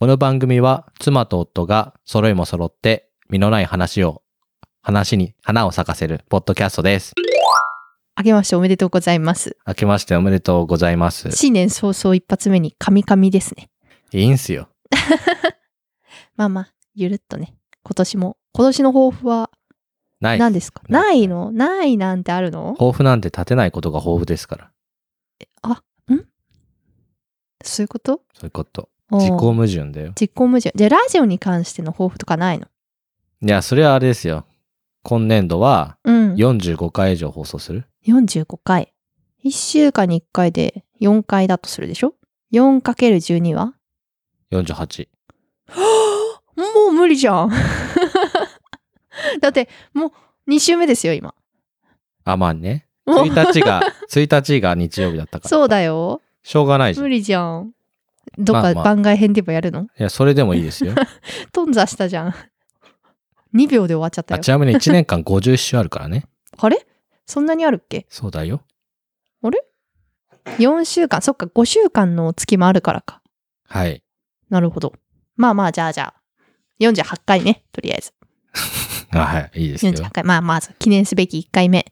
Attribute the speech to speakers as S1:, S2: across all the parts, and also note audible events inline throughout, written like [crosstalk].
S1: この番組は妻と夫が揃いも揃って身のない話を話に花を咲かせるポッドキャストです。
S2: あげましておめでとうございます。
S1: 明けましておめでとうございます。
S2: 新年早々一発目にカミカミですね。
S1: いいんすよ。
S2: まあまあ、ゆるっとね。今年も。今年の抱負は
S1: ない。
S2: 何ですか、
S1: ない
S2: ないのないなんてあるの
S1: 抱負なんて立てないことが抱負ですから。
S2: そういうこと
S1: そういうこと。
S2: おう
S1: 自己矛盾だよ。
S2: 実行矛盾。じゃあラジオに関しての抱負とかないの
S1: いや、それはあれですよ。今年度は
S2: うん。
S1: 45回以上放送する
S2: 45回。1週間に1回で4回だとするでしょ ?4×12 は
S1: ?48。
S2: もう無理じゃん。
S1: [laughs]
S2: だって、もう2週目ですよ、今。
S1: あ、まあね。
S2: もう
S1: 1日が、1日
S2: [laughs]
S1: が日曜日だったから。
S2: そうだよ。
S1: しょうがないじゃん。
S2: 無
S1: い
S2: 理じゃん。どっ
S1: まあ
S2: か
S1: まあ
S2: 番外編でもやるの
S1: や、それでもいいですよ。
S2: 頓挫したじゃん。2秒で終わっちゃった
S1: あ
S2: よ
S1: ち。なみに1年間51週あるからね。
S2: あれそんなにあるっけ
S1: そうだよ。
S2: ?4 週間、そっか、5週間の月もあるからか。
S1: はい。
S2: なるほど。まあまあ、じゃあじゃあ。48回ね、とりあえず。
S1: あはい、いいですよ。
S2: 48回。まあ、まず記念すべき1回目。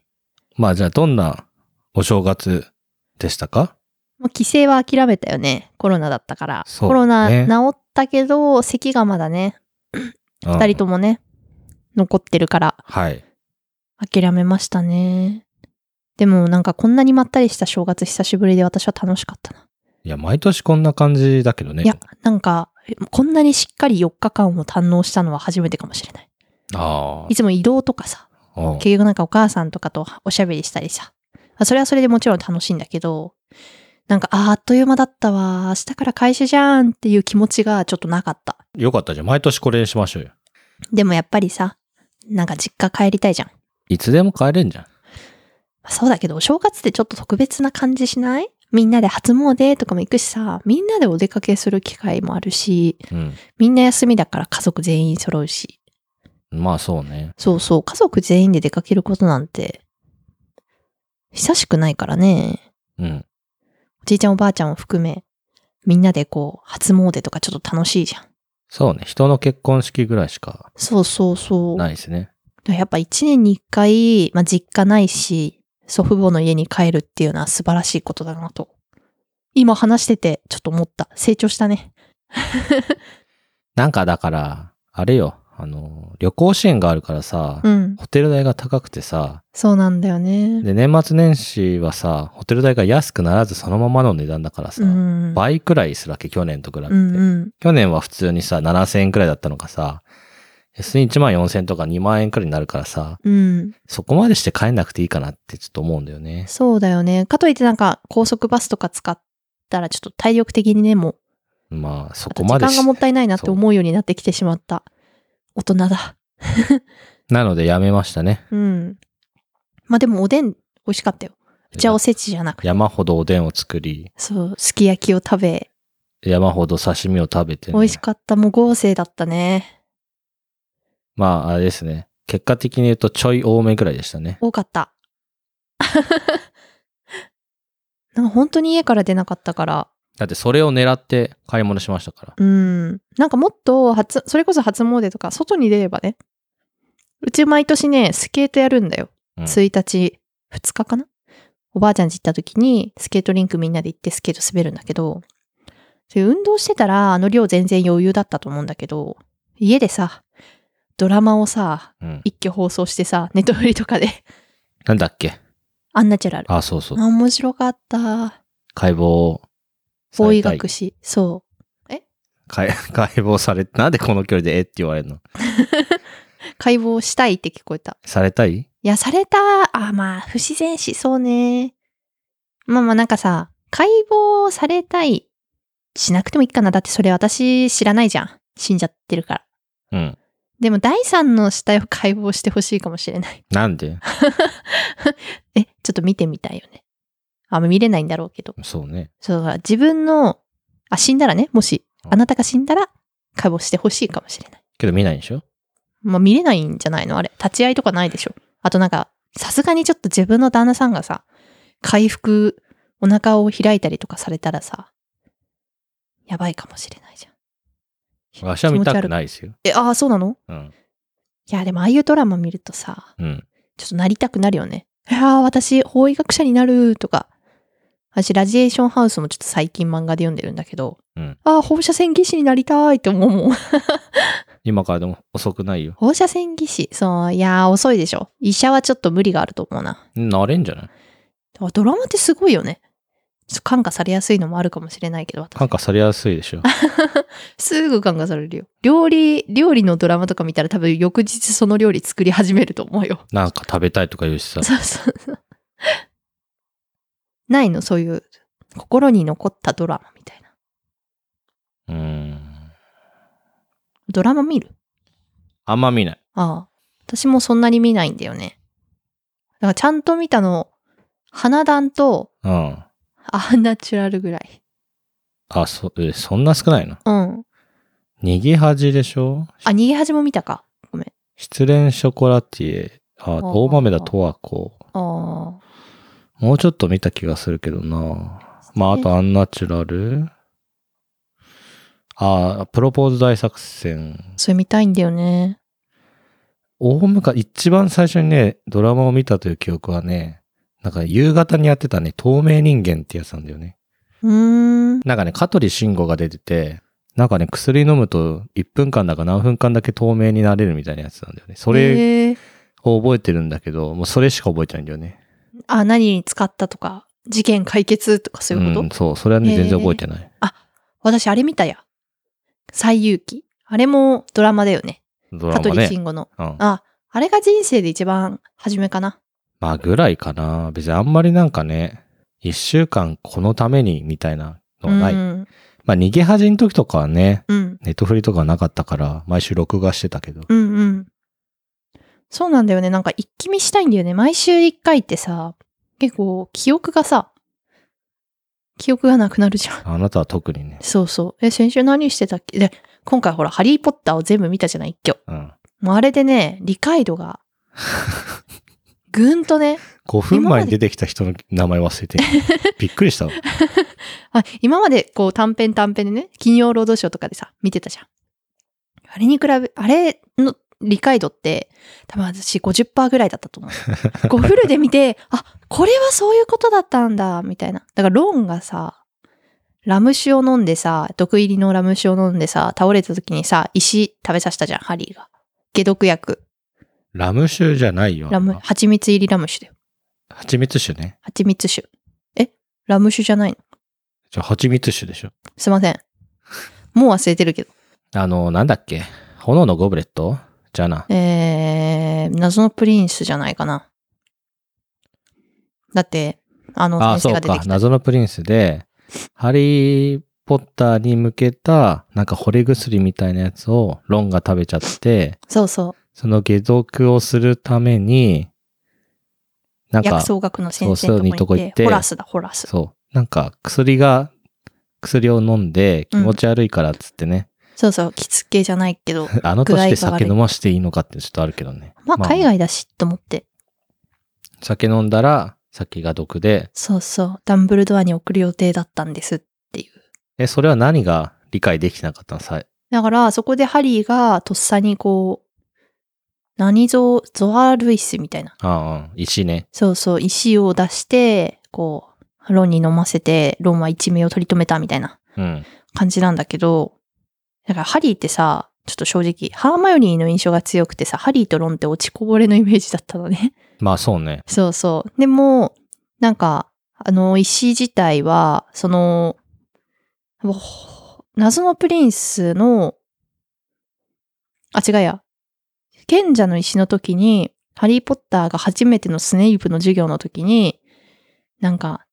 S1: まあじゃあどんなお正月でしたか
S2: もう帰省は諦めたよね。コロナだったから。
S1: そうね
S2: コロナ治ったけど、咳がまだね、
S1: 二
S2: 2人ともね、残ってるから。
S1: はい。
S2: 諦めましたね。でもなんかこんなにまったりした正月久しぶりで私は楽しかったな。
S1: いや、毎年こんな感じだけどね。
S2: いや、なんかこんなにしっかり4日間を堪能したのは初めてかもしれない。
S1: あ
S2: いつも移動とかさ、
S1: あ。うん
S2: 結局なんかお母さんとかとおしゃべりしたりさ。あそれはそれでもちろん楽しいんだけど、なんかあーあっという間だったわ。明日から会社じゃんっていう気持ちがちょっとなかった。
S1: よかったじゃん。毎年これにしましょうよ。
S2: でもやっぱりさ、なんか実家帰りたいじゃん。
S1: いつでも帰れんじゃん。
S2: そうだけど、お正月ってちょっと特別な感じしないみんなで初詣とかも行くしさ、みんなでお出かけする機会もあるし、
S1: うん。
S2: みんな休みだから家族全員揃うし。
S1: まあそうね。
S2: そうそう、家族全員で出かけることなんて、久しくないからね。
S1: うん。
S2: おじいちゃんおばあちゃんを含め、みんなでこう、初詣とかちょっと楽しいじゃん。
S1: そうね。人の結婚式ぐらいしか
S2: そうそうそう。
S1: ないですね。
S2: やっぱ一年に一回、まあ、実家ないし、祖父母の家に帰るっていうのは素晴らしいことだなと。今話してて、ちょっと思った。成長したね。
S1: なんかだから、あれよ。あの、旅行支援があるからさ、
S2: うん。
S1: ホテル代が高くてさ、
S2: そうなんだよね。
S1: で、年末年始はさ、ホテル代が安くならずそのままの値段だからさ、
S2: うん。
S1: 倍くらいするわけ、去年と比べて。
S2: うんうん。
S1: 去年は普通にさ、7000円くらいだったのがさ、S に1万4000円とか2万円くらいになるからさ、
S2: うん。
S1: そこまでして帰んなくていいかなってちょっと思うんだよね。
S2: そうだよね。かといってなんか、高速バスとか使ったら、ちょっと体力的にね、もう、
S1: まあ、そ
S2: あ
S1: ことま
S2: 時
S1: で
S2: 間
S1: し
S2: がもったいないなって
S1: そう
S2: 思うようになってきてしまった。大人だ。 [laughs]
S1: なのでやめましたね。
S2: うん。まあでも、おでん、美味しかったよ。うちはおせちじゃなくて、
S1: 山ほどおでんを作り、
S2: そう、すき焼きを食べ、
S1: 山ほど刺身を食べて、ね、
S2: 美味しかった。もう豪勢だったね。
S1: まあ、あれですね。結果的に言うとちょい多めくらいでしたね。
S2: 多かった。 [laughs] なんか本当に家から出なかったから、
S1: だってそれを狙って買い物しましたから。
S2: うん。なんかもっと初、それこそ初詣とか、外に出ればね。うち毎年ね、スケートやるんだよ。
S1: うん
S2: 1日、2日かなおばあちゃん家行った時に、スケートリンクみんなで行ってスケート滑るんだけど、で運動してたら、あの量全然余裕だったと思うんだけど、家でさ、ドラマをさ、
S1: うん。
S2: 一挙放送してさ、ネットフリとかで
S1: なんだっけ
S2: アンナチュラル。
S1: あ、そうそう。
S2: あ面白かった。
S1: 解剖さ
S2: 法医
S1: れたい。
S2: 学士。そ
S1: 解 [laughs] 解剖され、なんでこの距離でえって言われるの
S2: う。解剖したいって聞こえた。
S1: されたい
S2: いや、された。あ、まあ、不自然死、そうね。まあまあ、なんかさ、解剖されたい。しなくてもいいかな。だってそれ私知らないじゃん。死んじゃってるか
S1: う
S2: ら。
S1: ん。
S2: でも、第三の死体を [laughs] 解剖してほしいかもしれない。
S1: なんで
S2: え、ちょっと見てみたいよね。あ、まあ見れないんだろうけど。
S1: そうね。
S2: そうだから、自分の、あ、死んだらね、もし、あなたが死んだら解剖してほしいかもしれない。
S1: けど見ないでしょ
S2: まあ、見れないんじゃないのあれ。立ち会いとかないでしょ。あとなんか、さすがにちょっと自分の旦那さんがさ、回復、お腹を開いたりとかされたらさ、やばいかもしれないじゃん。
S1: 足は見たくないですよ。
S2: え、ああ、そうなの
S1: うん。
S2: いや、でもああいうドラマ見るとさ、
S1: うん。
S2: ちょっとなりたくなるよね。いやー私、法医学者になるとか。私、ラジエーションハウスもちょっと最近漫画で読んでるんだけど、
S1: うん
S2: ああ、放射線技師になりたいって思うもん。
S1: 今からでも遅くないよ。
S2: 放射線技師そう、いやー遅いでしょ。医者はちょっと無理があると思うな。
S1: なれんじゃない
S2: でもドラマってすごいよね。ちょっと感化されやすいのもあるかもしれないけど、私
S1: 感化されやすいでしょ。 [laughs]
S2: すぐ感化されるよ。料理、料理のドラマとか見たら多分翌日その料理作り始めると思うよ。
S1: なんか食べたいとか言うしさ。
S2: そうそうそう。ないのそういう心に残ったドラマみたいな。
S1: うーん。
S2: ドラマ見る
S1: あんま見ない。
S2: ああ。私もそんなに見ないんだよね。だからちゃんと見たの、花壇と
S1: うん。
S2: アンナチュラルぐらい。
S1: あ、そ、え、そんな少ないの
S2: うん。
S1: 逃げ恥でしょ
S2: あ、逃げ恥も見たか。
S1: 失恋ショコラティエ。あ、
S2: あ
S1: 大豆田とわ子。
S2: あ
S1: もうちょっと見た気がするけどな。
S2: あ。
S1: まあ、あとアンナチュラル。あ、プロポーズ大作戦。
S2: それ見たいんだよね。
S1: 大昔、一番最初にね、ドラマを見たという記憶はね、なんか夕方にやってたね、透明人間ってやつなんだよね。
S2: うーん。
S1: なんかね、香取慎吾が出てて、なんかね、薬飲むと1分間だか何分間だけ透明になれるみたいなやつなんだよね。それ
S2: へえ
S1: を覚えてるんだけど、もうそれしか覚えてないんだよね。
S2: あ、何に使ったとか、事件解決とかそういうこと、
S1: ん、そう、それはね、
S2: へー
S1: 全然覚えてない。
S2: 私、あれ見たや。最遊記。あれもドラマだよね。
S1: ド
S2: 香
S1: ラマ
S2: 取
S1: ね。
S2: 慎吾の。
S1: うん、
S2: あ、あれが人生で一番初めかな。
S1: まあぐらいかな。別にあんまりなんかね、一週間このためにみたいなのはない。
S2: うん。
S1: まあ逃げ恥の時とかはね、
S2: うん。
S1: ネットフリとかなかったから、毎週録画してたけど。
S2: うんうん。そうなんだよね。なんか一気見したいんだよね。毎週一回ってさ、結構記憶がさ、記憶がなくなるじゃん。
S1: あなたは特にね。
S2: そうそう。え、先週何してたっけで、今回ほら、ハリーポッターを全部見たじゃない、一挙。
S1: うん。
S2: もうあれでね、理解度が、ぐんとね、
S1: 5分前に出てきた人の名前忘れ
S2: [laughs]
S1: てるびっくりしたわ。
S2: あ今までこう短編短編でね、金曜ロードショーとかでさ、見てたじゃん。あれに比べ、あれの理解度って、多分私50%ぐらいだったと思う。こうフルで見て、あ、これはそういうことだったんだ、みたいな。だからローンがさ、ラム酒を飲んでさ、毒入りのラム酒を飲んでさ、倒れた時にさ、石食べさせたじゃん、ハリーが。解毒薬。
S1: ラム酒じゃないよ。
S2: ラム、蜂蜜入りラム酒だよ。
S1: 蜂蜜酒ね。
S2: 蜂蜜酒。えラム酒じゃないの
S1: じゃあ蜂蜜酒でしょ。
S2: すいません。もう忘れてるけど。
S1: あの、なんだっけ炎のゴブレットじゃあな。
S2: えー、謎のプリンスじゃないかな。だって、あの
S1: あ、
S2: 先
S1: そ
S2: 生
S1: う
S2: が出
S1: か。
S2: てきた。
S1: 謎のプリンスで、ハリー・ポッターに向けた、なんか惚れ薬みたいなやつをロンが食べちゃって、
S2: そうそう
S1: その解毒をするために、なん
S2: 薬
S1: か、
S2: 草学の先生の
S1: そうそう
S2: とこに行って、
S1: いいとこ行って
S2: ホラスだ、ホラス。
S1: そう。なんか薬が、薬を飲んで気
S2: うん
S1: 持ち悪いからっつってね、
S2: そうそう、着付けじゃない
S1: [laughs]
S2: けど、
S1: あの年で
S2: 具合が悪
S1: 酒
S2: い
S1: 飲ましていいのかってちょっとあるけどね。
S2: まあ海外だしと思って、
S1: 酒飲んだら、酒が毒で、
S2: そうそう、ダンブルドアに送る予定だったんですっていう。
S1: え、それは何が理解できてなかったのさ
S2: だから、そこでハリーがとっさにこう、何ぞ、ゾアルイスみたいな。
S1: ああうん、石ね。
S2: そうそう、石を出して、こう、ロンに飲ませて、ロンは一命を取り留めたみたいな。
S1: うん。
S2: 感じなんだけど、だからハリーってさ、ちょっと正直、ハーマヨニーの印象が強くてさ、ハリーとロンって落ちこぼれのイメージだったのね。 [laughs]
S1: まあそうね。
S2: そうそう。でも、なんか、あの、石自体は、その、お謎のプリンスの、あ、違うや。賢者の石の時に、ハリー・ポッターが初めてのスネイプの授業の時に、なんか、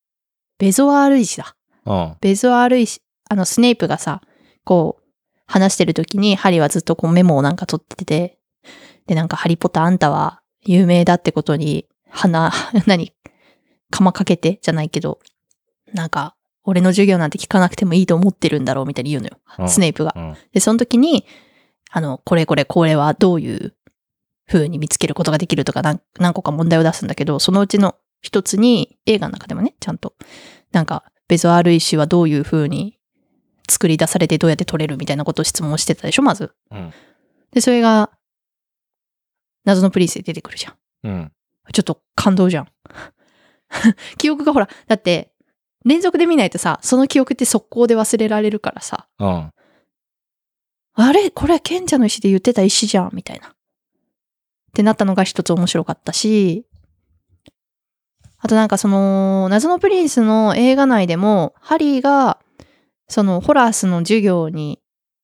S2: ベゾワール石だ。
S1: うん。
S2: ベゾアール石、あの、スネイプがさ、こう、話してる時に、ハリーはずっとこうメモをなんか取ってて、で、なんか、ハリーポッターあんたは有名だってことに、鼻、 [laughs] 何、かまかけてじゃないけど、なんか、俺の授業なんて聞かなくてもいいと思ってるんだろうみたいに言うの
S1: う
S2: よ。
S1: ん
S2: スネイプが
S1: う。ん。
S2: で、その時に、あの、これこれこれはどういう風に見つけることができるとか何何個か問題を出すんだけど、そのうちの一つに映画の中でもね、ちゃんと、なんか、ベゾアール石はどういう風に作り出されてどうやって取れるみたいなことを質問してたでしょ、まず。
S1: うん
S2: で、それが、謎のプリンスで出てくるじゃん。
S1: うん。
S2: ちょっと感動じゃん。 [laughs] 記憶がほら、だって、連続で見ないとさ、その記憶って速攻で忘れられるからさ、
S1: うん。
S2: あれこれ賢者の石で言ってた石じゃんみたいな。ってなったのが一つ面白かったし、あとなんかその、謎のプリンスの映画内でも、ハリーが、そのホラースの授業に、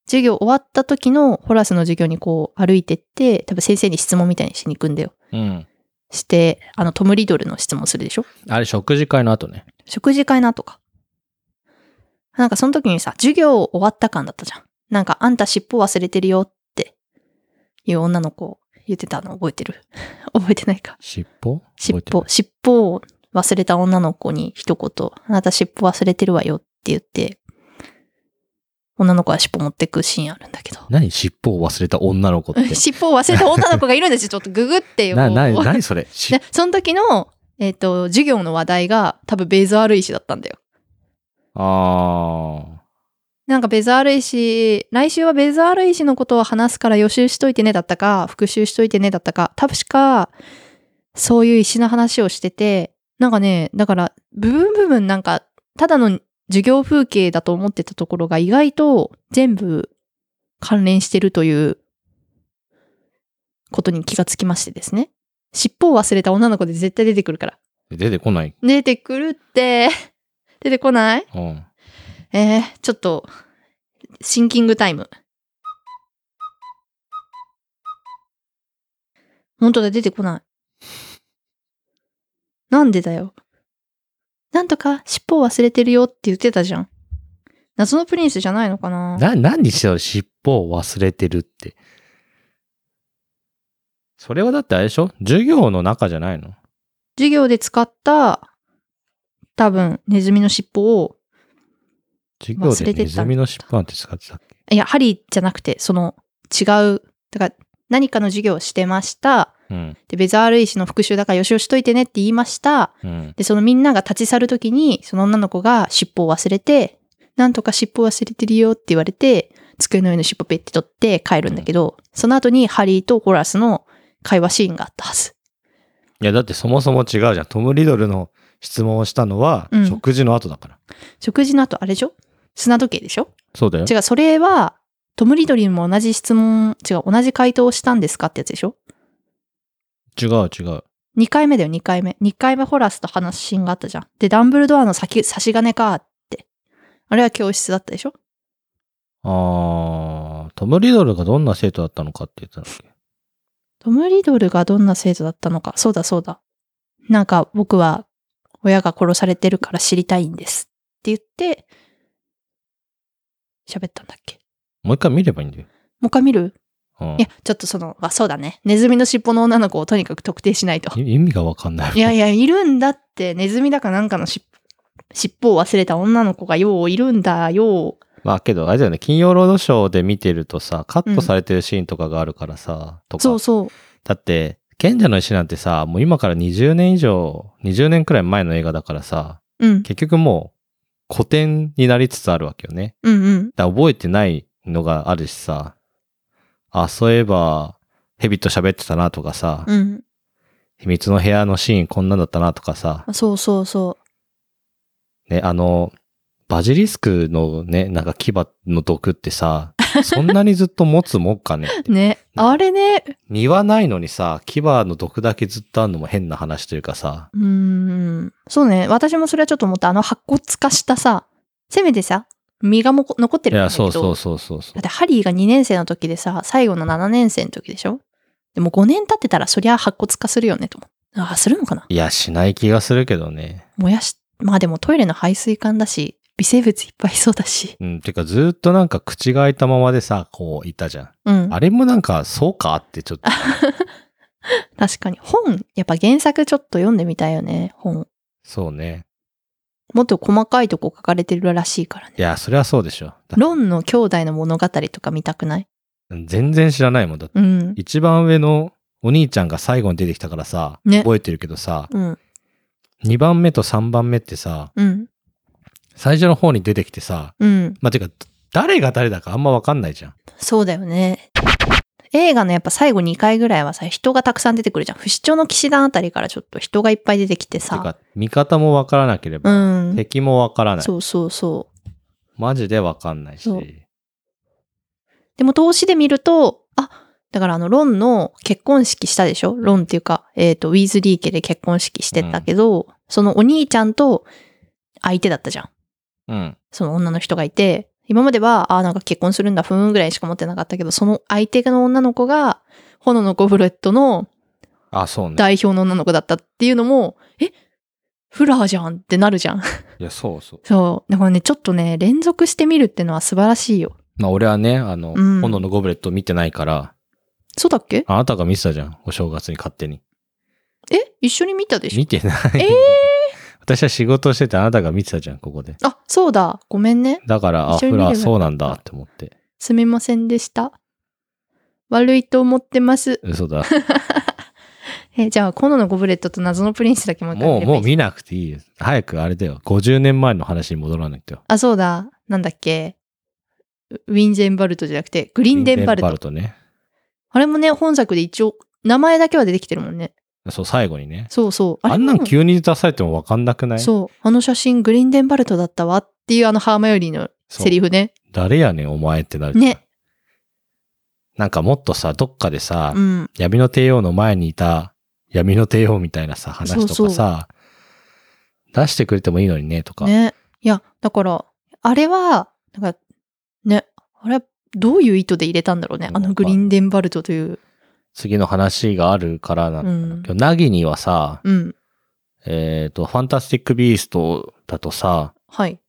S2: 授業終わった時のホラースの授業にこう歩いてって、多分先生に質問みたいにしに行くんだよ。
S1: うん。
S2: して、あのトム・リドルの質問するでしょ
S1: あれ、食事会の後ね。
S2: 食事会の後か。なんかその時にさ、授業終わった感だったじゃん。なんかあんた尻尾忘れてるよっていう女の子言ってたの覚えてる [laughs] 覚えてないか。
S1: 尻尾
S2: 尻
S1: 覚えて
S2: 尾、尻尾を忘れた女の子に一言、あなた尻尾忘れてるわよって言って、女の子は尻尾持ってくシーンあるんだけど。
S1: る何尻尾を忘れた女の子って。
S2: [laughs] 尻尾を忘れた女の子がいるんですよ。ちょっとググってよ。
S1: な、な、なにそれ尻
S2: で、その時の、えっ、と、授業の話題が多分ベザール石だったんだよ。
S1: あ
S2: なんかベザール石、来週はベザール石のことを話すから予習しといてねだったか、復習しといてねだったか、多分しか、そういう石の話をしてて、なんかね、だから、部分部分なんか、ただの授業風景だと思ってたところが意外と全部関連してるということに気がつきましてですね。尻尾を忘れた女の子で絶対出てくるから。
S1: ー。出てこない。
S2: 出てくるって、出てこない
S1: うん。
S2: えー、ちょっと、シンキングタイム。本当だ、出てこない。なんでだよ。なんとか、尻尾を忘れてるよって言ってたじゃん。謎のプリンスじゃないのかな
S1: な、何してたの尻尾を忘れてるって。それはだってあれでしょ授業の中じゃないの
S2: 授業で使った、多分、ネズミの尻尾を、
S1: 授業
S2: 忘れ
S1: で
S2: てた
S1: ネズミの尻尾なんて使ってたっけ
S2: いや、針じゃなくて、その、違う、だから、何かの授業をしてました。
S1: うん。
S2: で、ベザール石の復習だから予習しといてねって言いました。
S1: うん。
S2: で、そのみんなが立ち去るときに、その女の子が尻尾を忘れて、なんとか尻尾忘れてるよって言われて、机の上の尻尾ペッて取って帰るんだけど、その後にハリーとホラスの会話シーンがあったはず。
S1: いや、だってそもそも違うじゃん。トム・リドルの質問をしたのは
S2: うん、
S1: 食事の後だから。
S2: 食事の後あれでしょ砂時計でしょ
S1: そうだよ。
S2: 違う、それは、トム・リドリーも同じ質問、違う、同じ回答をしたんですかってやつでしょ
S1: 違う違う。
S2: ?2 回目だよ、2回目。2回目ホラスと話すシーンがあったじゃん。で、ダンブルドアの先、差し金かって。あれは教室だったでしょ
S1: あー、トム・リドルがどんな生徒だったのかって言ってたんだっけ
S2: トム・リドルがどんな生徒だったのか。そうだそうだ。なんか僕は親が殺されてるから知りたいんですって言って、喋ったんだっけ。
S1: もう一回見ればいいんだよ。
S2: もう一回見る
S1: うん
S2: いや、ちょっとその、あ、そうだね。ネズミの尻尾の女の子をとにかく特定しないと。
S1: い意味がわかんない。
S2: いやいや、いるんだって、ネズミだかなんかの尻尾尻尾を忘れた女の子がよういるんだよう。
S1: まあけど、あれだよね、金曜ロードショーで見てるとさ、カットされてるシーンとかがあるからさ、とか。
S2: そうそう。
S1: だって、賢者の石なんてさ、もう今から20年以上、20年くらい前の映画だからさ、
S2: うん。
S1: 結局もう古典になりつつあるわけよね。
S2: うんうん。
S1: だから覚えてないのがあるしさ、あ、そういえば、蛇と喋ってたなとかさ、
S2: うん。
S1: 秘密の部屋のシーンこんなんだったなとかさ、
S2: そうそうそ
S1: ね、あの、バジリスクのね、なんか牙の毒ってさ、そんなにずっと持つもんかね。
S2: う。 [laughs] ね。あれね。
S1: 身はないのにさ、牙の毒だけずっとあるのも変な話というかさ、
S2: うーん。そうね。私もそれはちょっと思った。あの白骨化したさ、せめてさ、身がもこ残って
S1: い
S2: るん
S1: や、
S2: だけ
S1: そ
S2: ど。
S1: うそうそうそうそ
S2: だっ
S1: う。
S2: てハリーが2年生の時でさ、最後の7年生の時でしょでも5年経ってたらそりゃ白骨化するよねと思う。ああ、するのかない
S1: や、しない気がするけどね。
S2: 燃やし、まあでもトイレの排水管だし、微生物いっぱいいそうだし。
S1: うん、てかずっとなんか口が開いたままでさ、こういたじゃん。
S2: うん。
S1: あれもなんか、そうかってちょっと、
S2: 確かに。本、やっぱ原作ちょっと読んでみたいよね、本。
S1: そうね。
S2: もっと細かいとこ書かれてるらしいからね。
S1: いや、それはそうでしょ。だ
S2: ロンの兄弟の物語とか見たくない
S1: 全然知らないもんだって。
S2: うん。
S1: 一番上のお兄ちゃんが最後に出てきたからさ、
S2: ね
S1: 覚えてるけどさ、
S2: うん。
S1: 2番目と3番目ってさ、
S2: うん。
S1: 最初の方に出てきてさ、
S2: うん。
S1: まあ、てか、誰が誰だかあんまわかんないじゃん。
S2: そうだよね。映画のやっぱ最後2回ぐらいはさ、人がたくさん出てくるじゃん。不死鳥の騎士団あたりからちょっと人がいっぱい出てきて
S1: て
S2: さ。
S1: か、味方もわからなけれ
S2: う
S1: ば、
S2: ん。
S1: 敵もわからない。
S2: そうそうそう。
S1: マジでわかんないし。
S2: そう
S1: う
S2: でも投資で見ると、あ、だからあの、ロンの結婚式したでしょロンっていうか、えっ、と、ウィーズリー家で結婚式してたけど、そのお兄ちゃんと相手だったじゃん。
S1: ん。
S2: その女の人がいて、今までは、ああ、なんか結婚するんだ、ふーんぐらいしか思ってなかったけど、その相手の女の子が、炎のゴブレットの
S1: あ、そうね。
S2: 代表の女の子だったっていうのも、えフラーじゃんってなるじゃん。 [laughs]
S1: いや、そうそう。
S2: そう。だからね、ちょっとね、連続して見るってのは素晴らしいよ。
S1: まあ、俺はね、あの、
S2: うん
S1: 炎のゴブレット見てないから、
S2: そうだっけ
S1: あなたが見てたじゃん。お正月に勝手に。
S2: え一緒に見たでしょ
S1: 見てない。
S2: えー
S1: [laughs] 私は仕事をしててあなたが見てたじゃん、ここで。
S2: あ、そうだ。ごめんね。
S1: だから、あ、
S2: 一緒
S1: フ
S2: に見ればよか
S1: ラ、
S2: った
S1: そうなんだって思って。
S2: すみませんでした。悪いと思ってます。
S1: 嘘
S2: [laughs]
S1: だ。
S2: え、じゃあ、コノのゴブレットと謎のプリンスだけもう一回
S1: もう、
S2: 見ればい
S1: も
S2: いう
S1: 見なくていいよ。早くあれだよ。50年前の話に戻らないと。
S2: あ、そうだ。なんだっけ。ウウィンゼンバルトじゃなくて、グリ
S1: リ
S2: ンデンバルト。
S1: トね。
S2: あれもね、本作で一応、名前だけは出てきてるもんね。
S1: そう、最後にね。
S2: そうそう。
S1: あ
S2: れ
S1: んな
S2: も
S1: ん急に出されてもわかんなくない
S2: そう。あの写真、グリンデンバルトだったわっていうあのハーマヨリーの
S1: そう
S2: セリフね。
S1: 誰やねん、お前ってなる。
S2: ね。
S1: なんかもっとさ、どっかでさ、
S2: うん。
S1: 闇の帝王の前にいた闇の帝王みたいなさ、話とかさ、
S2: そうそ
S1: 出してくれてもいいのにね、とか。
S2: ね。いや、だから、あれは、なんか、ね、あれ、どういう意図で入れたんだろうね。あ
S1: なん
S2: の
S1: か
S2: グリンデンバルトという。
S1: 次の話があるからなの
S2: う
S1: かな。今。
S2: ん
S1: 日、ナギにはさ、
S2: うん。
S1: えっ、と、ファンタスティック・ビーストだとさ、
S2: はい。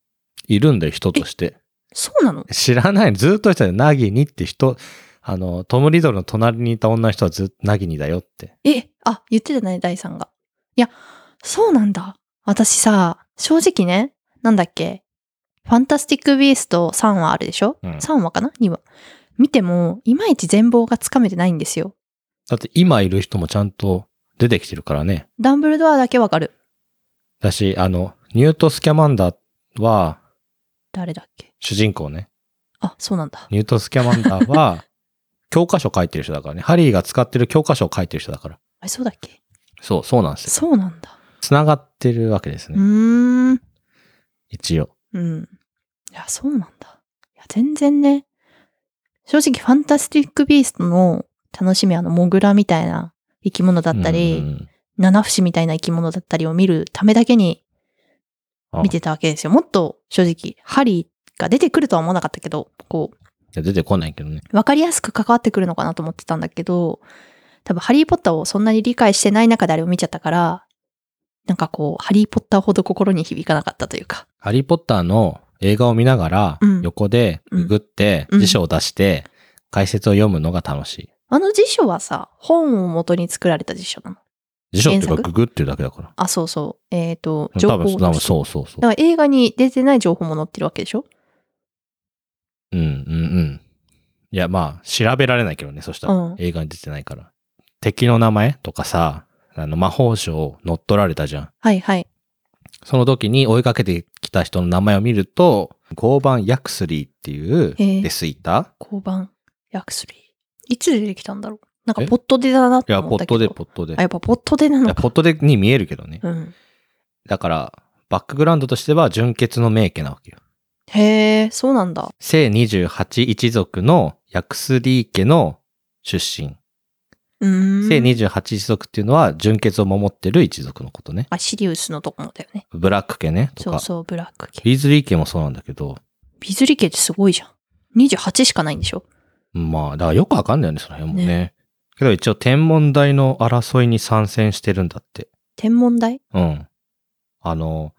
S1: いるんだよ、人として。
S2: そうなの
S1: 知らない。ずっと言ってたよ。ナギニって人、あの、トム・リドルの隣にいた女の人はずっとナギニだよって。
S2: え、あ、言ってたね、第さんが。いや、そうなんだ。私さ、正直ね、なんだっけ。ファンタスティック・ビースト3話あるでしょ、
S1: う
S2: うん ?3 話かな ?2 話。見ても、いまいち全貌がつかめてないんですよ。
S1: だって今いる人もちゃんと出てきてるからね。
S2: ダンブルドアだけわかる。
S1: だし、あの、ニュート・スキャマンダーは、
S2: 誰だっけ
S1: 主人公ね。
S2: あ、そうなんだ。
S1: ニュート・スキャマンダーは、
S2: [laughs]
S1: 教科書書いてる人だからね。ハリーが使ってる教科書を書いてる人だから。
S2: あ、そうだっけ
S1: そう、そうなんですよ。
S2: そうなんだ。
S1: 繋がってるわけです
S2: う
S1: ね。
S2: ーん。
S1: 一応。
S2: うん。いや、そうなんだ。いや、全然ね、正直ファンタスティック・ビーストの楽しみはあの、モグラみたいな生き物だったり、
S1: うん
S2: 七節みたいな生き物だったりを見るためだけに
S1: あ
S2: 見てたわけですよ。もっと正直、ハリーが出てくるとは思わなかったけど、こ
S1: いや出てこないけどね。
S2: う、わかりやすく関わってくるのかなと思ってたんだけど、多分ハリーポッターをそんなに理解してない中であれを見ちゃったから、なんかこう、ハリーポッターほど心に響かなかったというか。
S1: ハリー・ポッターの映画を見ながら
S2: うん、
S1: 横でググって、
S2: うん
S1: 辞書を出して、解説を読むのが楽しい。
S2: あの辞書はさ、本を元に作られた辞書なの。
S1: 辞書っていうか
S2: 原
S1: グ
S2: 作
S1: グってるだけだから。
S2: あ、そうそう。えっ、と、情
S1: 多
S2: 報
S1: 分、多分
S2: として
S1: そうそうそ
S2: だ
S1: う。
S2: から映画に出てない情報も載ってるわけでしょ
S1: うんうんうん。いや、まあ、調べられないけどね、そした
S2: う
S1: ら
S2: ん。
S1: 映画に出てないから。敵の名前とかさ、あの、魔法省を乗っ取られたじゃん。
S2: はいはい。
S1: その時に追いかけてきた人の名前を見ると、交番ヤクスリーっていう
S2: へえ
S1: デスイータ
S2: 交番、薬スリー。いつ出てきたんだろうなんか
S1: え
S2: ポットでだな
S1: ー。
S2: っ
S1: い
S2: て
S1: や、
S2: 思
S1: ポ
S2: った
S1: ッ
S2: け
S1: ト
S2: ど。
S1: で、ポットで。
S2: あ、やっぱポットでないの
S1: や
S2: か。
S1: ポットでに見えるけどね。
S2: うん。
S1: だから、バックグラウンドとしては純血の名家なわけよ。
S2: へえ、そうなんだ。
S1: 聖28一族のヤクスリー家の出身。
S2: うーん。
S1: 聖28一族っていうのは純血を守ってる一族のことね。
S2: あ、シリウスのとこもだよね。
S1: ブラック家ね、と
S2: そ
S1: か。
S2: うそう、ブラック系。
S1: ビーズリー家もそうなんだけど、
S2: ビズリ系ってすごいじゃん。28しかないんでしょ
S1: まあ、だからよくわかんないよね、その辺もね。
S2: ね
S1: けど一応天文台の争いに参戦してるんだって。
S2: 天文台
S1: うん。あの、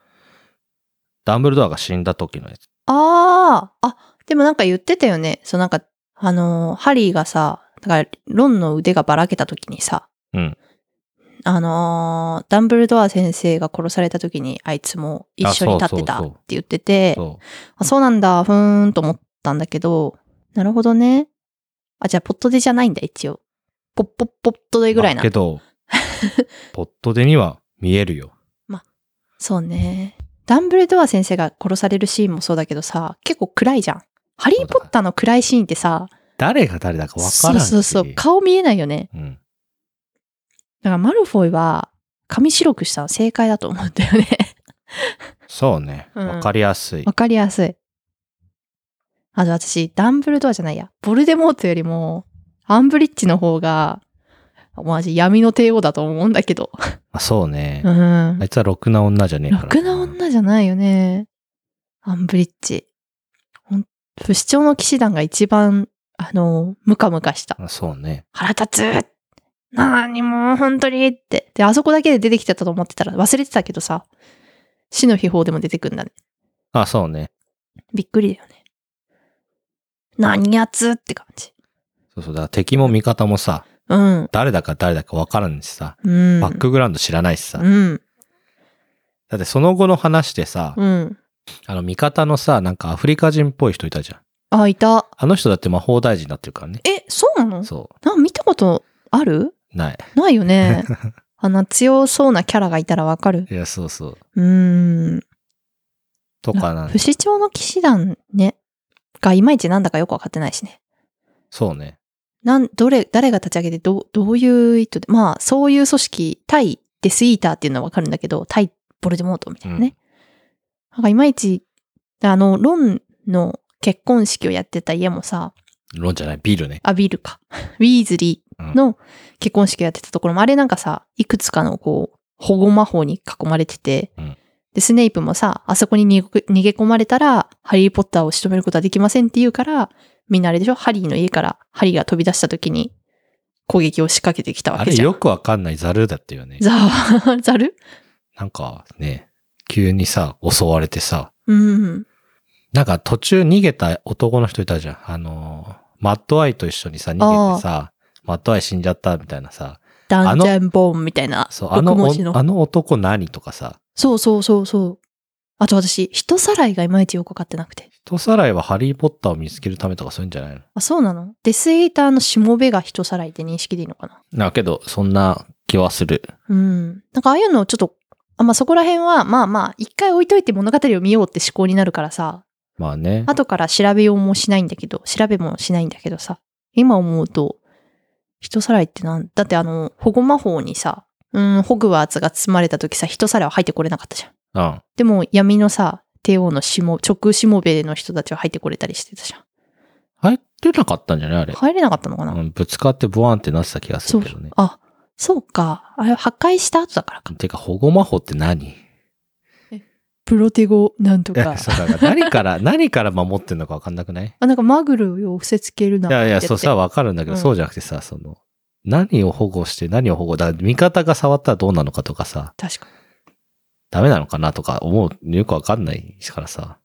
S1: ダンブルドアが死んだ時のやつ。
S2: ああ、あ、でもなんか言ってたよね。そうなんか、あのーハリーがさ、だから、ロンの腕がばらけた時にさ、
S1: うん
S2: あのーダンブルドア先生が殺された時に、あいつも一緒に立って
S1: あ
S2: た
S1: そ
S2: っ
S1: うそうそう
S2: て言ってて、そう
S1: そ
S2: あそうなんだ、ふーんと思ったんだけど、なるほどね。あ、じゃあ、ポットでじゃないんだ、一応。ポッポッポットで
S1: う。
S2: ぐらい
S1: まあ
S2: な
S1: け。
S2: [laughs]
S1: ど、ポットでには見えるよ。
S2: そうね。ダンブルドア先生が殺されるシーンもそうだけどさ、結構暗いじゃん。ハリー・ポッターの暗いシーンってさ、
S1: 誰が誰だかわか
S2: そ
S1: ら
S2: うん
S1: し。
S2: そうそう、顔見えないよね。
S1: うん。
S2: だからマルフォイは、髪白くしたの正解だと思うんだよ
S1: [laughs]
S2: ね。
S1: そうね。
S2: うん
S1: わかりやすい
S2: わ。かりやすい。あと私、ダンブルドアじゃないや。ボルデモートよりも、アンブリッジの方が、マジ闇の帝王だと思うんだけど。
S1: あそうね
S2: う。ん
S1: あ。いつはろくな女じゃねえから。
S2: ろくな女じゃないよね。アンブリッジ。ほん不死鳥の騎士団が一番、あの、ムカムカした。
S1: あそうね。
S2: 腹立つなにもう本当にって。で、あそこだけで出てきてたと思ってたら忘れてたけどさ、死の秘宝でも出てくんだね。
S1: あ、そうね。
S2: びっくりだよね。何やつって感じ。
S1: そうそう。だから敵も味方もさ、
S2: うん。
S1: 誰だか誰だかわからんしさ、
S2: うん。
S1: バックグラウンド知らないしさ。
S2: うん。
S1: だってその後の話でさ、
S2: うん。
S1: あの味方のさ、なんかアフリカ人っぽい人いたじゃん。
S2: あ、いた。
S1: あの人だって魔法大臣になってるからね。
S2: え、そうなの
S1: そ
S2: なんか見たことある
S1: う。ない。
S2: ない
S1: [laughs]
S2: よね。あの強そうなキャラがいたらわかる。
S1: いや、そうそう。
S2: うーん。
S1: とかなん
S2: 不死鳥の騎士団ね。がいまいちなんだかよくわかってないしね。
S1: そうね。
S2: なん、どれ、誰が立ち上げて、どう、どういう意図で、まあ、そういう組織、対デスイーターっていうのはわかるんだけど、対ボルデモートみたいなね。なんかいまいち、あの、ロンの結婚式をやってた家もさ、
S1: ロンじゃない、ビールね。
S2: あ、ビルか。ウィーズリーの結婚式をやってたところも、あれなんかさ、いくつかのこう、保護魔法に囲まれてて、
S1: うん
S2: で、スネイプもさ、あそこに逃げ逃げ込まれたら、ハリー・ポッターを仕留めることはできませんって言うから、みんなあれでしょハリーの家から、ハリーが飛び出した時に攻撃を仕掛けてきたわ
S1: あ
S2: け
S1: れ
S2: じゃ
S1: よ
S2: ん。
S1: くわかんないザルだったよね。
S2: ざ [laughs] わ、ざる
S1: なんかね、急にさ、襲われてさ、
S2: うん。
S1: なんか途中逃げた男の人いたじゃん。あのー、マッドアイと一緒にさ、逃げてさ、マッドアイ死んじゃったみたいなさ、
S2: ダンジャンボーンみたいな。
S1: そう、あ
S2: 六
S1: の
S2: 文字の
S1: お、あの男何とかさ、
S2: そうそうそうそう。あと私、人さらいがいまいちよくわかってなくて。
S1: 人さらいはハリーポッターを見つけるためとかそういうんじゃないの
S2: あ、そうなのデスイーターのしもべが人さらいって認識でいいのかな
S1: だけど、そんな気はする。
S2: うん。なんかああいうのをちょっと、あまあ、そこら辺は、まあまあ、一回置いといて物語を見ようって思考になるからさ、
S1: まあね。
S2: 後から調べようもしないんだけど、調べもしないんだけどさ、今思うと、人さらいってなん、だってあの、保護魔法にさ、うん、ホグワーツが包まれた時さ、人さらいは入ってこれなかったじゃん。
S1: うん。
S2: でも闇のさ、帝王のしも、直しもべの人たちは入ってこれたりしてたじゃ
S1: 入ってなかったんじゃないあれ
S2: ん。。入れなかったのかな、
S1: うん、ぶつかってボワンってなってた気がす
S2: そ
S1: る
S2: う
S1: けどね。
S2: あ、そうか。あれ破壊した後だからか。
S1: てか、保護魔法って何
S2: プロテゴなんと
S1: いや
S2: か。
S1: [laughs] そうだから何
S2: [laughs]
S1: から、何から守ってんのか分かんなくない
S2: あ、なんかマグルを伏せつけるな。
S1: いやいや、そう
S2: さ
S1: さ、分かるんだけど、
S2: うん
S1: そうじゃなくてさ、その、何を保護して何を保護、だから味方が触ったらどうなのかとかさ、
S2: 確か
S1: ダメなのかなとか思う、よく分かんないからさ。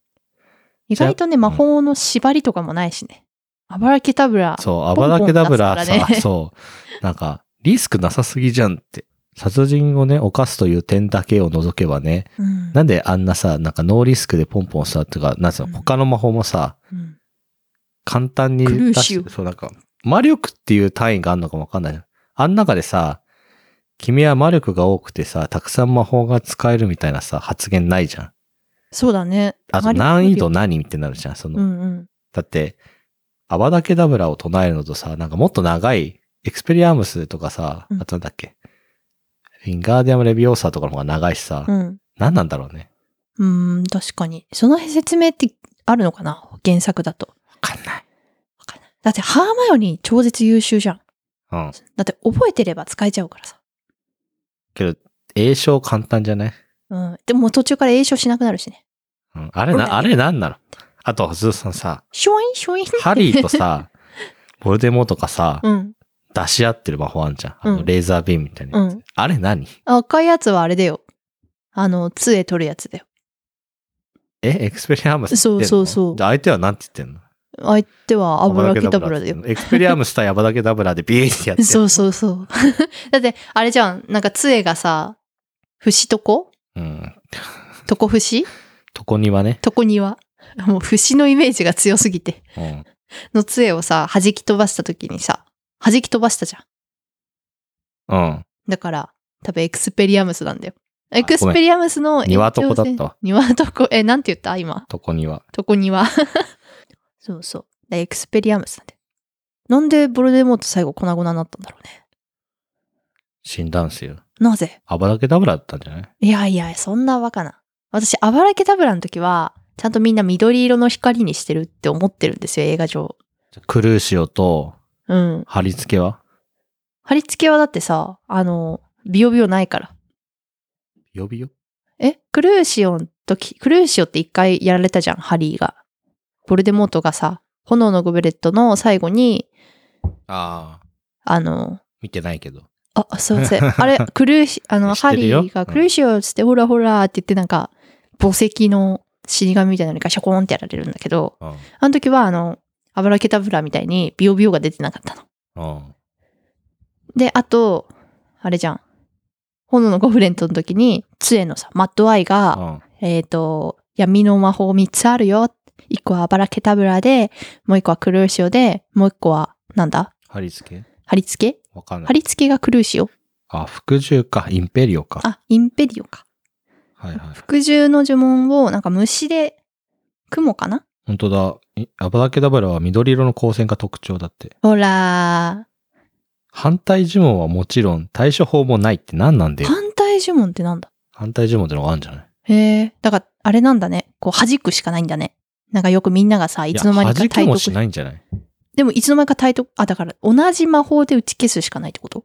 S2: に。意外とね、魔法の縛りとかもないしね。アバラケタブラ。
S1: そう、ア
S2: ポ
S1: バ
S2: ンポ
S1: ダ
S2: ン
S1: ケダブラ
S2: 出す
S1: さ、
S2: からね
S1: そう、なんか、リスクなさすぎじゃんって。殺人をね、犯すという点だけを除けばね、
S2: うん。
S1: なんであんなさ、なんかノーリスクでポンポンさ、とか、なんつう
S2: うん
S1: の、他の魔法もさ、
S2: うん
S1: 簡単に
S2: クル
S1: 出
S2: ーシ
S1: し
S2: オ
S1: そう、なんか、魔力っていう単位があるのかもわかんないじゃん。あん中でさ、君は魔力が多くてさ、たくさん魔法が使えるみたいなさ、発言ないじゃん。
S2: そうだね。
S1: あと
S2: マリオ
S1: 難易度何ってなるじゃん、その。
S2: うんうん。
S1: だって、アバダケダブラを唱えるのとさ、なんかもっと長い、エクスペリアームスとかさ
S2: う、ん
S1: あとなんだっけ、フィンガーディアムレビオーサーとかの方が長いしさ、
S2: うん。
S1: 何なんだろうね。
S2: うーん、確かに。その説明ってあるのかな原作だと。
S1: わかんない。
S2: わかんないだって、ハーマヨニー超絶優秀じゃん。
S1: うん。
S2: だって、覚えてれば使えちゃうからさ。
S1: けど、栄唱簡単じゃない
S2: うん。でも途中から詠唱しなくなるしね。
S1: うん。あれな、あれなんなのあと、ずーさんさ、
S2: シュワインシュワインって
S1: ハリーと
S2: [laughs]
S1: さ、ボルデモートがさ、
S2: うん。
S1: 出し合ってる魔法あんじゃん。あ
S2: うん
S1: の、レーザービームみたいなやつ。
S2: うん
S1: あれ何
S2: 赤いやつはあれだよ。あの、杖取るやつだよ。
S1: えエクスペリアームスって言ってんの
S2: そうそうそう
S1: で相手はなんて言ってんの
S2: 相手は油キタブラだ
S1: で
S2: よ。
S1: エクスペリアームス対アバダケダブラでビーってやって。
S2: [laughs] そうそうそう。だって、あれじゃん、なんか杖がさ、節とこ
S1: うん。
S2: とこ節
S1: とこにはね。
S2: とこ庭。もう節のイメージが強すぎて。
S1: うん。
S2: の杖をさ、弾き飛ばした時にさ、弾き飛ばしたじゃん。
S1: うん。
S2: だから、多分エクスペリアムスなんだよ。エクスペリアムスの
S1: 庭とこだったわ
S2: 庭とこ、え、なんて言った今。 [laughs]
S1: とこには。
S2: とこ庭。そうそう。でエクスペリアムスなんで。なんでボルデモート最後粉々になったんだろうね。
S1: 死んだんすよ。
S2: なぜ
S1: あばらけダブラだったんじゃない
S2: いやいや、そんなバカな。私、あばらけダブラの時は、ちゃんとみんな緑色の光にしてるって思ってるんですよ、映画上。
S1: じゃクルーシオと
S2: うん。
S1: 貼り付けは
S2: 貼り付けはだってさ、あの、ビヨビヨないから。
S1: 予備よ。
S2: えクルーシオンとき、クルーシオって一回やられたじゃん、ハリーが。ボルデモートがさ、炎のゴブレットの最後に、
S1: ああ、
S2: あの、
S1: 見てないけど。
S2: あ、あそ
S1: [laughs]
S2: うそう。あれ、クルーシ、あの、
S1: 知っ
S2: ハ
S1: てる
S2: リ
S1: よ
S2: ーが
S1: うん
S2: クルーシオっつって、ほらほらって言って、なんか、墓石の死神みたいなのにガシャコーンってやられるんだけど、
S1: うん。
S2: あの時は、あの、あばらけたぶらみたいに、ビヨビヨが出てなかったの。
S1: うん。
S2: で、あと、あれじゃん。炎のゴブレットの時に、杖のさ、マッドアイが、
S1: うん。
S2: えっ、と、闇の魔法3つあるよ。1個はアバラケタブラで、もう1個はクルーシオで、もう1個は、なんだ
S1: 貼り付け
S2: 貼り付け
S1: わかんな
S2: 貼
S1: い。
S2: り付けがクルーシオ。
S1: あ、服従か。インペリオか。
S2: あ、インペリオか。
S1: はいはい。
S2: 服従の呪文を、なんか虫で、雲かな
S1: 本当だ。いアバラケダブラは緑色の光線が特徴だって。
S2: ほら
S1: 反対呪文はもちろん対処法もないって何なんだ
S2: ー、
S1: よ。
S2: 反対呪文ってなんだ
S1: 反対呪文ってのがあるんじゃない
S2: へえ、だから、あれなんだね。こう、弾くしかないんだね。なんかよくみんながさ、いつの間に
S1: いや
S2: か
S1: 弾
S2: 体
S1: きも
S2: 得
S1: しないんじゃない
S2: でも、いつの間にか体得、あ、だから、同じ魔法で打ち消すしかないってこと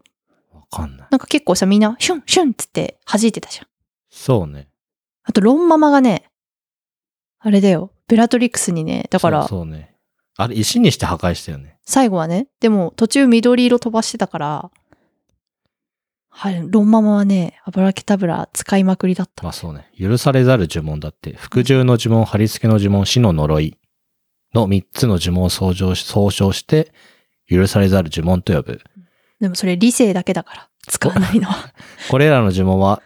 S1: わかんない。
S2: なんか結構さ、みんな、シュン、シュンっつって弾いてたじゃん。
S1: そうね。
S2: あと、ロンママがね、あれだよ。ベラトリックスにね、だから、
S1: そうそうね。あれ、石にして破壊したよね。
S2: 最後はね、でも途中緑色飛ばしてたから、はい、ロンママはね、アブラケタブラ使いまくりだった。
S1: まあそうね。許されざる呪文だって。服従の呪文、貼り付けの呪文、死の呪いの3つの呪文を総称し総称して、許されざる呪文と呼ぶ。
S2: でもそれ理性だけだから、使わないの
S1: [laughs]
S2: は。
S1: これらの呪文は、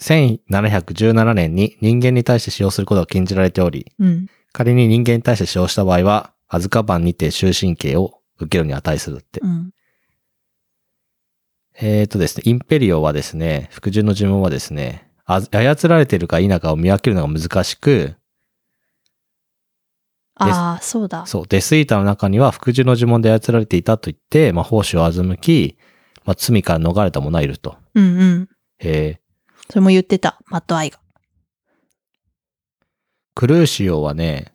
S1: 1717年に人間に対して使用することが禁じられており、
S2: うん。
S1: 仮に人間に対して使用した場合は、アズカバンにて終身刑を受けるに値するだって
S2: う。ん。
S1: えーとですね、インペリオはですね、服従の呪文はですね、あ操られているか否かを見分けるのが難しく、
S2: ああ、そうだ。
S1: そう、デスイーターの中には服従の呪文で操られていたと言って、まあ、奉仕を欺き、まあ、罪から逃れた者がいると。
S2: うんうん。
S1: えー
S2: それも言ってた、マットアイが。
S1: クルーシオはね、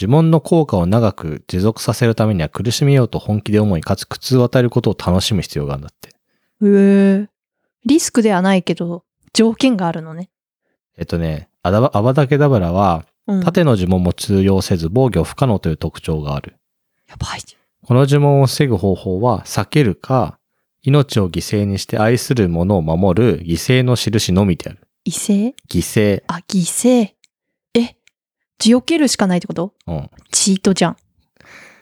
S1: 呪文の効果を長く持続させるためには苦しみようと本気で思い、かつ苦痛を与えることを楽しむ必要があるんだって。
S2: へえリスクではないけど、条件があるのね。
S1: えっとね、アダバアバダケダブラは、
S2: うん。
S1: 縦の呪文も通用せず防御不可能という特徴がある。
S2: やばい。
S1: この呪文を防ぐ方法は避けるか、命を犠牲にして愛する者を守る犠牲の印のみである。
S2: 異性
S1: 犠牲。
S2: あ、犠牲。え、地を蹴るしかないってこと
S1: うん。
S2: チートじゃん。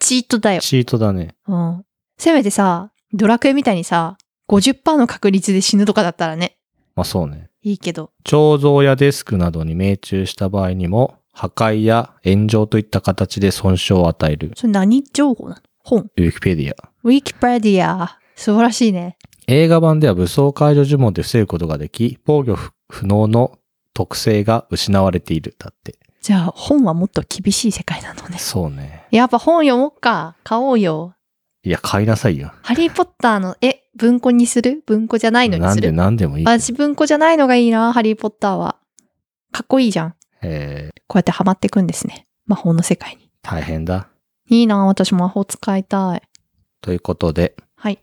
S2: チートだよ。
S1: チートだね。
S2: うん。せめてさ、ドラクエみたいにさ、50%の確率で死ぬとかだったらね、
S1: まあそうね。
S2: いいけど。
S1: 彫像やデスクなどに命中した場合にも、破壊や炎上といった形で損傷を与える。
S2: それ何情報なの本。
S1: ウィキペディア。
S2: ウィキペディア。素晴らしいね。
S1: 映画版では武装解除呪文で防ぐことができ、防御不不能の特性が失われている。だって。
S2: じゃあ、本はもっと厳しい世界なのね。
S1: そうね。
S2: やっぱ本読もっか。買おうよ。
S1: いや、買いなさいよ。
S2: ハリーポッターの、え、文庫にする文庫じゃないのに
S1: なん
S2: す
S1: で
S2: る
S1: 何でもいいけど。
S2: 私文庫じゃないのがいいな、ハリーポッターは。かっこいいじゃん。
S1: えー、
S2: こうやってハマってくんですね。魔法の世界に。
S1: 大変だ。
S2: いいな、私魔法使いたい。
S1: ということで、
S2: はい。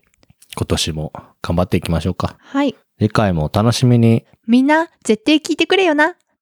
S1: 今年も頑張っていきましょうか。
S2: はい。
S1: 次回もお楽しみに。
S2: みんな、絶対聞いてくれよな。